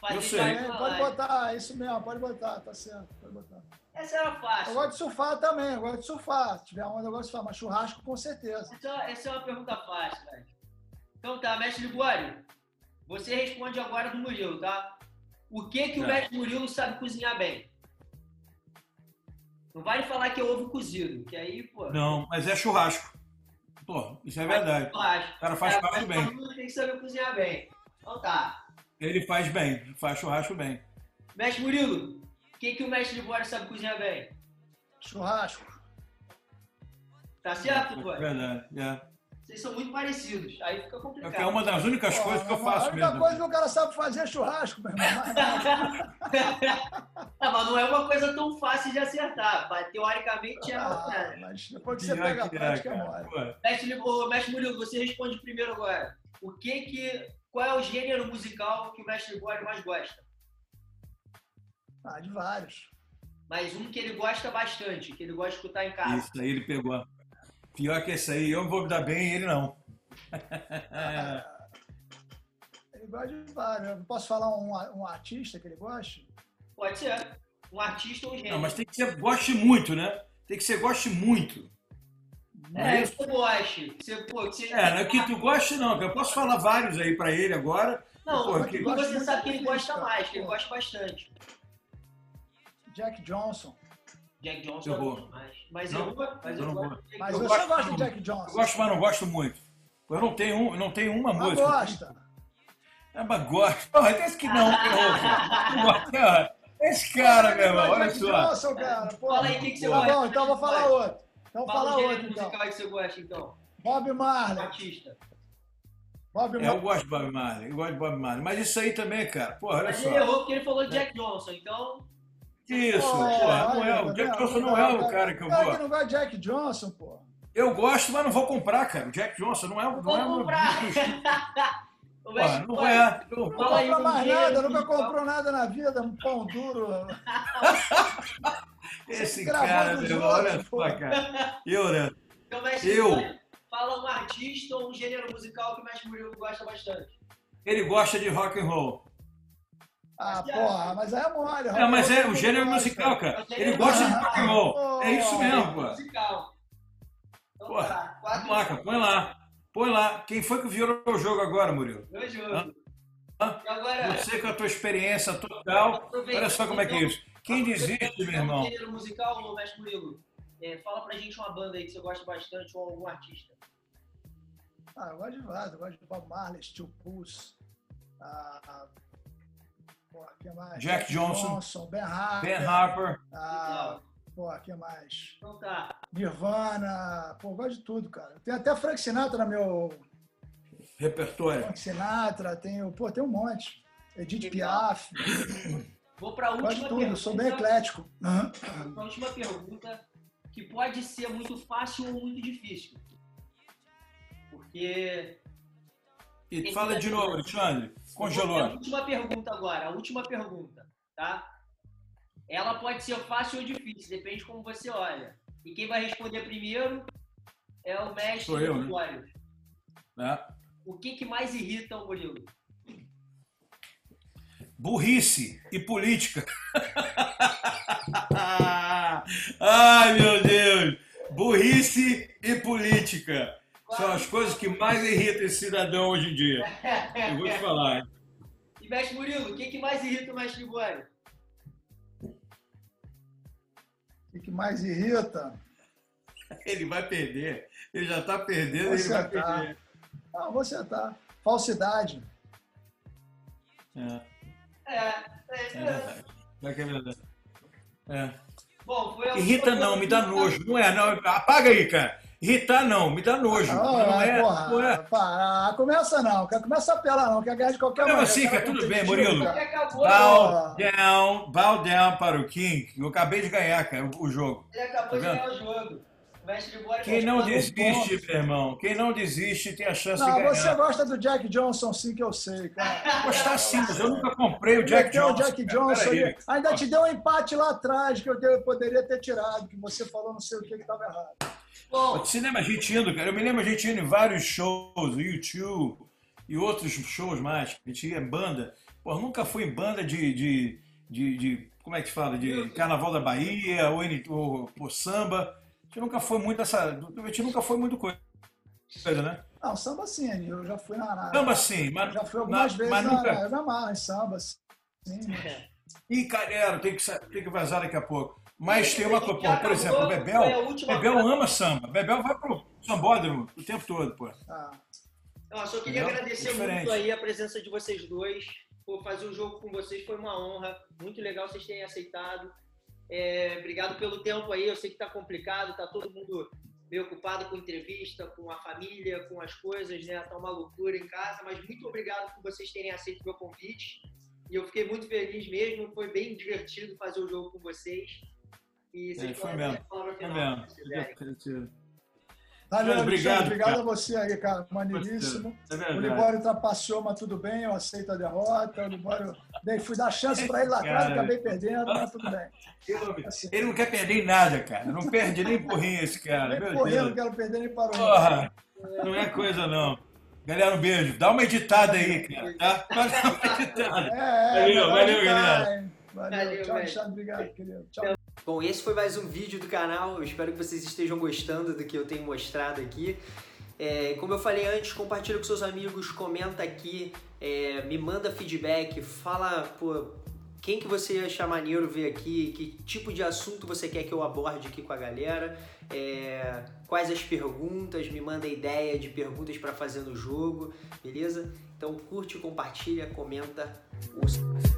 [SPEAKER 2] Eu sei.
[SPEAKER 3] É, pode botar, é isso mesmo, pode botar, tá certo, pode botar.
[SPEAKER 1] Essa era
[SPEAKER 3] Eu
[SPEAKER 1] fácil.
[SPEAKER 3] gosto de surfar também, eu gosto de surfar. Se tiver onda, eu gosto de surfar, mas churrasco com certeza.
[SPEAKER 1] Essa, essa é uma pergunta fácil, velho. Então tá, mestre Libório, você responde agora do Murilo, tá? O que que o
[SPEAKER 2] Tá.
[SPEAKER 1] mestre Murilo sabe cozinhar bem? Não vale falar que é ovo cozido, que aí, pô...
[SPEAKER 2] Não, mas é churrasco. Pô, isso é verdade.
[SPEAKER 1] Churrasco.
[SPEAKER 2] O cara
[SPEAKER 1] É,
[SPEAKER 2] faz churrasco
[SPEAKER 1] mas
[SPEAKER 2] bem.
[SPEAKER 1] todo mundo Tem que saber cozinhar bem. Então tá.
[SPEAKER 2] Ele faz bem, faz churrasco bem.
[SPEAKER 1] Mestre Murilo, o que que o mestre Libório sabe cozinhar bem?
[SPEAKER 3] Churrasco.
[SPEAKER 1] Tá certo,
[SPEAKER 2] É
[SPEAKER 1] Libório?
[SPEAKER 2] verdade. É.
[SPEAKER 1] Vocês são muito parecidos, aí fica complicado.
[SPEAKER 2] É uma das únicas
[SPEAKER 3] Pô,
[SPEAKER 2] coisas que eu
[SPEAKER 3] meu irmão,
[SPEAKER 2] faço
[SPEAKER 3] A única
[SPEAKER 2] mesmo.
[SPEAKER 3] coisa que o cara sabe fazer é churrasco, meu irmão.
[SPEAKER 1] Ah, mas não é uma coisa tão fácil de acertar. pá.
[SPEAKER 2] [laughs]
[SPEAKER 1] Teoricamente é uma
[SPEAKER 3] Ah,
[SPEAKER 1] parada.
[SPEAKER 3] mas depois que você
[SPEAKER 2] Pior
[SPEAKER 3] pega a
[SPEAKER 2] que é,
[SPEAKER 3] prática, é
[SPEAKER 2] cara.
[SPEAKER 3] mole.
[SPEAKER 2] Pô,
[SPEAKER 1] Mestre, Li- ô, Mestre Murilo, você responde primeiro agora. O que que... Qual é o gênero musical que o Mestre Libório mais gosta?
[SPEAKER 3] Ah, de vários.
[SPEAKER 1] Mas um que ele gosta bastante, que ele gosta de escutar em casa.
[SPEAKER 2] é Isso aí ele pegou. Pior que esse aí, eu vou me dar bem e ele não.
[SPEAKER 3] [laughs] Ele gosta de vários. Eu posso falar um, a- um artista que ele gosta?
[SPEAKER 1] Pode ser. Um artista ou um gênero.
[SPEAKER 2] Não, mas tem que ser goste muito, né? Tem que ser goste muito.
[SPEAKER 3] Não.
[SPEAKER 1] É, que eu goste. Você, pô, que você...
[SPEAKER 2] É, não é que tu goste não, cara. eu posso falar vários aí pra ele agora.
[SPEAKER 1] Não,
[SPEAKER 2] Pô,
[SPEAKER 1] o que
[SPEAKER 2] que-
[SPEAKER 1] você
[SPEAKER 3] gosta
[SPEAKER 1] sabe que
[SPEAKER 3] muito
[SPEAKER 1] ele
[SPEAKER 3] de
[SPEAKER 1] gosta
[SPEAKER 3] música.
[SPEAKER 1] mais, que ele
[SPEAKER 3] Pô.
[SPEAKER 1] gosta bastante.
[SPEAKER 3] Jack Johnson.
[SPEAKER 1] Jack Johnson
[SPEAKER 2] Eu
[SPEAKER 1] é
[SPEAKER 2] vou.
[SPEAKER 1] muito mais. Mas
[SPEAKER 2] Não,
[SPEAKER 1] eu, mas
[SPEAKER 2] eu
[SPEAKER 1] eu
[SPEAKER 2] não
[SPEAKER 1] gosto
[SPEAKER 2] vou.
[SPEAKER 1] de Jack
[SPEAKER 3] Mas
[SPEAKER 1] Johnson.
[SPEAKER 3] você
[SPEAKER 2] gosto
[SPEAKER 3] gosta de
[SPEAKER 2] muito.
[SPEAKER 3] Jack Johnson?
[SPEAKER 2] Eu gosto, mas não gosto muito. Eu não tenho, um- não tenho uma
[SPEAKER 3] Mas
[SPEAKER 2] música.
[SPEAKER 3] gosta.
[SPEAKER 2] É, mas gosto. Porra, até esse que não, que
[SPEAKER 3] [laughs]
[SPEAKER 2] ouve. Porra, Esse cara, meu irmão, olha
[SPEAKER 3] Jack
[SPEAKER 2] só.
[SPEAKER 3] Johnson, cara. Pô.
[SPEAKER 1] Fala aí, o que, que você
[SPEAKER 3] Tá
[SPEAKER 1] gosta?
[SPEAKER 3] bom, então vou falar outro. Então vou
[SPEAKER 1] Fala
[SPEAKER 3] falar
[SPEAKER 1] o
[SPEAKER 3] outro,
[SPEAKER 1] gênero
[SPEAKER 3] então.
[SPEAKER 1] musical que você gosta, então.
[SPEAKER 3] Bob Marley.
[SPEAKER 1] Artista.
[SPEAKER 3] Bob
[SPEAKER 2] É, eu
[SPEAKER 3] Marley.
[SPEAKER 2] gosto de Bob Marley, eu gosto de Bob Marley. Mas isso aí também, cara, porra, olha
[SPEAKER 1] Mas
[SPEAKER 2] só.
[SPEAKER 1] ele errou porque ele falou Jack Johnson, então.
[SPEAKER 2] Isso,
[SPEAKER 3] Pô,
[SPEAKER 2] porra, não
[SPEAKER 3] olha,
[SPEAKER 2] é.
[SPEAKER 3] tá
[SPEAKER 2] O Jack
[SPEAKER 3] vendo?
[SPEAKER 2] Johnson não é o cara que eu
[SPEAKER 3] O cara que
[SPEAKER 2] vou.
[SPEAKER 3] não gosta de Jack Johnson, pô.
[SPEAKER 2] Eu gosto, mas não vou comprar, cara. O Jack Johnson não é o.
[SPEAKER 1] Vou
[SPEAKER 2] Não é o
[SPEAKER 1] comprar. O Mestre
[SPEAKER 2] Porra, não
[SPEAKER 1] Libório,
[SPEAKER 2] é. Eu-
[SPEAKER 3] Não
[SPEAKER 1] Fala aí, um
[SPEAKER 3] compra mais
[SPEAKER 1] Miguel,
[SPEAKER 3] nada, nunca
[SPEAKER 1] Miguel.
[SPEAKER 3] comprou nada na vida, um pão duro.
[SPEAKER 2] Esse
[SPEAKER 3] gravando
[SPEAKER 2] cara,
[SPEAKER 3] os
[SPEAKER 2] meu irmão,
[SPEAKER 3] outros,
[SPEAKER 2] olha
[SPEAKER 3] pô.
[SPEAKER 2] só, cara. Eu, né?
[SPEAKER 1] então, Mestre
[SPEAKER 2] Eu.
[SPEAKER 1] Libório, Fala um artista ou um gênero musical que o Mestre Murilo gosta bastante.
[SPEAKER 2] Ele gosta de rock and roll.
[SPEAKER 3] Ah, porra, mas aí é mole.
[SPEAKER 2] É, mas é o
[SPEAKER 3] Rock
[SPEAKER 2] gênero
[SPEAKER 3] and roll,
[SPEAKER 2] musical,
[SPEAKER 3] cara.
[SPEAKER 2] cara. Ele gosta de rock and roll. É isso mesmo, pô.
[SPEAKER 1] Musical. Então
[SPEAKER 2] Porra,
[SPEAKER 1] tá,
[SPEAKER 2] Vamos
[SPEAKER 1] quatro
[SPEAKER 2] lá, cara, põe lá. Põe lá. Quem foi que virou o jogo agora, Murilo?
[SPEAKER 1] dois
[SPEAKER 2] Hã?
[SPEAKER 1] jogos.
[SPEAKER 2] Hã?
[SPEAKER 1] E agora,
[SPEAKER 2] Você com a tua experiência total. Olha só como é que é isso.
[SPEAKER 1] então,
[SPEAKER 2] Quem desiste, meu
[SPEAKER 1] Um
[SPEAKER 2] irmão?
[SPEAKER 1] gênero musical, ô, Mestre Murilo, é, fala pra gente uma banda aí que você gosta bastante ou algum artista.
[SPEAKER 3] Ah, eu gosto de vários, eu gosto de Bob Marley, Steel Pulse. Ah, porra, quem mais?
[SPEAKER 2] Jack Johnson.
[SPEAKER 3] Ben Harper.
[SPEAKER 2] Ben Harper.
[SPEAKER 3] ah, Pô, que mais?
[SPEAKER 1] Então tá.
[SPEAKER 3] Nirvana, pô, eu gosto de tudo, cara. Tem até Frank Sinatra no meu
[SPEAKER 2] Repertório.
[SPEAKER 3] Frank Sinatra, tem, o- pô, tem um monte. Edith Piaf,
[SPEAKER 1] Vou pra última
[SPEAKER 3] gosto de tudo,
[SPEAKER 1] pergunta.
[SPEAKER 3] eu sou bem eclético. Aham.
[SPEAKER 1] A última pergunta, que pode ser muito fácil ou muito difícil. Porque.
[SPEAKER 2] E fala de novo, Alexandre. Congelou.
[SPEAKER 1] A última pergunta agora, a última pergunta, tá? Ela pode ser fácil ou difícil, depende de como você olha. E quem vai responder primeiro é o mestre
[SPEAKER 2] Sou eu, né?
[SPEAKER 1] Gregório.
[SPEAKER 2] né?
[SPEAKER 1] O que, que mais irrita o Murilo?
[SPEAKER 2] Burrice e política. [laughs] Ai, meu Deus! Burrice e política são as coisas que mais irritam esse cidadão hoje em dia. Eu vou te falar. hein?
[SPEAKER 1] [laughs] E mestre Murilo, o que, que mais irrita o mestre Gregório?
[SPEAKER 3] O que mais irrita?
[SPEAKER 2] Ele vai perder. Ele já está perdendo, ele
[SPEAKER 3] Você
[SPEAKER 2] vai
[SPEAKER 3] tá.
[SPEAKER 2] perder.
[SPEAKER 3] Ah, vou sentar. Falsidade.
[SPEAKER 2] É,
[SPEAKER 1] É, é,
[SPEAKER 2] é
[SPEAKER 1] é.
[SPEAKER 2] verdade. Vai que é verdade. É.
[SPEAKER 1] Bom, foi a
[SPEAKER 2] Irrita não, me dá nojo. Não é, não. Apaga aí, cara. Irritar não, me dá nojo. Não
[SPEAKER 3] Ah,
[SPEAKER 2] é,
[SPEAKER 3] porra,
[SPEAKER 2] não é.
[SPEAKER 3] para. Começa não, cara. Começa a apelar não, quer ganhar de qualquer
[SPEAKER 2] Não,
[SPEAKER 3] maneira.
[SPEAKER 2] assim,
[SPEAKER 3] cara,
[SPEAKER 2] cara, tudo bem,
[SPEAKER 3] competitivo,
[SPEAKER 2] Murilo.
[SPEAKER 1] Que
[SPEAKER 3] cara.
[SPEAKER 1] acabou,
[SPEAKER 2] Bow
[SPEAKER 3] Boa.
[SPEAKER 2] down, bow down para o King. Eu acabei de ganhar, cara, o jogo.
[SPEAKER 1] ele acabou de
[SPEAKER 2] Tá
[SPEAKER 1] ganhar o jogo. O mestre Gregório
[SPEAKER 2] Quem não
[SPEAKER 1] continua-
[SPEAKER 2] desiste, meu irmão, quem não desiste tem a chance de
[SPEAKER 3] Não,
[SPEAKER 2] ganhar.
[SPEAKER 3] você gosta do Jack Johnson, sim, que eu sei, cara.
[SPEAKER 2] Gostar sim, mas eu nunca comprei o Jack
[SPEAKER 3] Meteu
[SPEAKER 2] Johnson.
[SPEAKER 3] é o Jack
[SPEAKER 2] cara.
[SPEAKER 3] Johnson.
[SPEAKER 2] Peraí.
[SPEAKER 3] ele- ainda te deu um empate lá atrás que eu, te- eu poderia ter tirado, que você falou não sei o que que estava errado.
[SPEAKER 1] Bom,
[SPEAKER 2] Pô, Cinema argentino, cara. Eu me lembro a gente indo em vários shows, o YouTube e outros shows mais. A gente ia em banda. Pô, nunca fui em banda de, de, de, de- Como é que fala? De Carnaval da Bahia ou, em- ou, pô, samba. A gente nunca foi muito essa. A gente nunca foi muito coisa, né?
[SPEAKER 3] Não, samba sim, eu já fui na. na-
[SPEAKER 2] Samba sim, mas.
[SPEAKER 3] já fui algumas
[SPEAKER 2] mas-
[SPEAKER 3] vezes
[SPEAKER 2] mas
[SPEAKER 3] na,
[SPEAKER 2] nunca-
[SPEAKER 3] na, na marra, em samba, sim. mas-
[SPEAKER 2] Ih, caralho, tem que, sa- tem que vazar daqui a pouco. Mas tem uma
[SPEAKER 1] [laughs]
[SPEAKER 2] coisa,
[SPEAKER 1] Já
[SPEAKER 2] pô, por exemplo, o
[SPEAKER 1] acabou, foi a
[SPEAKER 2] Bebel,
[SPEAKER 1] última
[SPEAKER 2] Bebel
[SPEAKER 1] frase.
[SPEAKER 2] ama samba. Bebel vai pro sambódromo o tempo todo, pô.
[SPEAKER 3] ah,
[SPEAKER 1] eu só queria
[SPEAKER 2] Entendeu?
[SPEAKER 1] agradecer
[SPEAKER 2] Diferente.
[SPEAKER 1] muito aí a presença de vocês dois. Pô, fazer o jogo com vocês foi uma honra. Muito legal vocês terem aceitado. É, obrigado pelo tempo aí. Eu sei que tá complicado, tá todo mundo meio ocupado com entrevista, com a família, com as coisas, né? Tá uma loucura em casa, mas muito obrigado por vocês terem aceito o meu convite. E eu fiquei muito feliz mesmo. Foi bem divertido fazer o jogo com vocês. E vocês
[SPEAKER 2] É, foi
[SPEAKER 1] podem
[SPEAKER 2] mesmo.
[SPEAKER 1] dar a palavra
[SPEAKER 2] É
[SPEAKER 1] final,
[SPEAKER 2] mesmo.
[SPEAKER 1] se quiserem.
[SPEAKER 3] valeu,
[SPEAKER 2] Mas obrigado,
[SPEAKER 3] Alexandre, obrigado
[SPEAKER 2] cara.
[SPEAKER 3] a você aí, cara. Maneiríssimo.
[SPEAKER 2] É
[SPEAKER 3] O
[SPEAKER 2] verdade.
[SPEAKER 3] Libório ultrapassou, mas tudo bem, eu aceito a derrota. O Libório, dei, fui dar chance para ele lá atrás,
[SPEAKER 2] Cara.
[SPEAKER 3] acabei perdendo, mas tudo bem.
[SPEAKER 2] Ele- Ele não quer perder em nada, cara. Não perde nem porrinha esse cara.
[SPEAKER 3] Nem
[SPEAKER 2] Meu
[SPEAKER 3] correr, não
[SPEAKER 2] Deus.
[SPEAKER 3] quero perder nem para o
[SPEAKER 2] Porra, não é coisa não. Galera, um beijo. Dá uma editada aí, cara, tá? Mas dá uma
[SPEAKER 3] É,
[SPEAKER 2] editada. Valeu, valeu, galera.
[SPEAKER 1] Valeu,
[SPEAKER 3] Valeu, tchau,
[SPEAKER 1] velho.
[SPEAKER 3] Alexandre, obrigado, querido. Tchau.
[SPEAKER 1] Bom, esse foi mais um vídeo do canal. Eu espero que vocês estejam gostando do que eu tenho mostrado aqui. É, como eu falei antes, compartilha com seus amigos, comenta aqui, é, me manda feedback, fala pô, quem que você achar maneiro ver aqui, que tipo de assunto você quer que eu aborde aqui com a galera, é, quais as perguntas, me manda ideia de perguntas para fazer no jogo, beleza? Então curte, compartilha, comenta. ouça.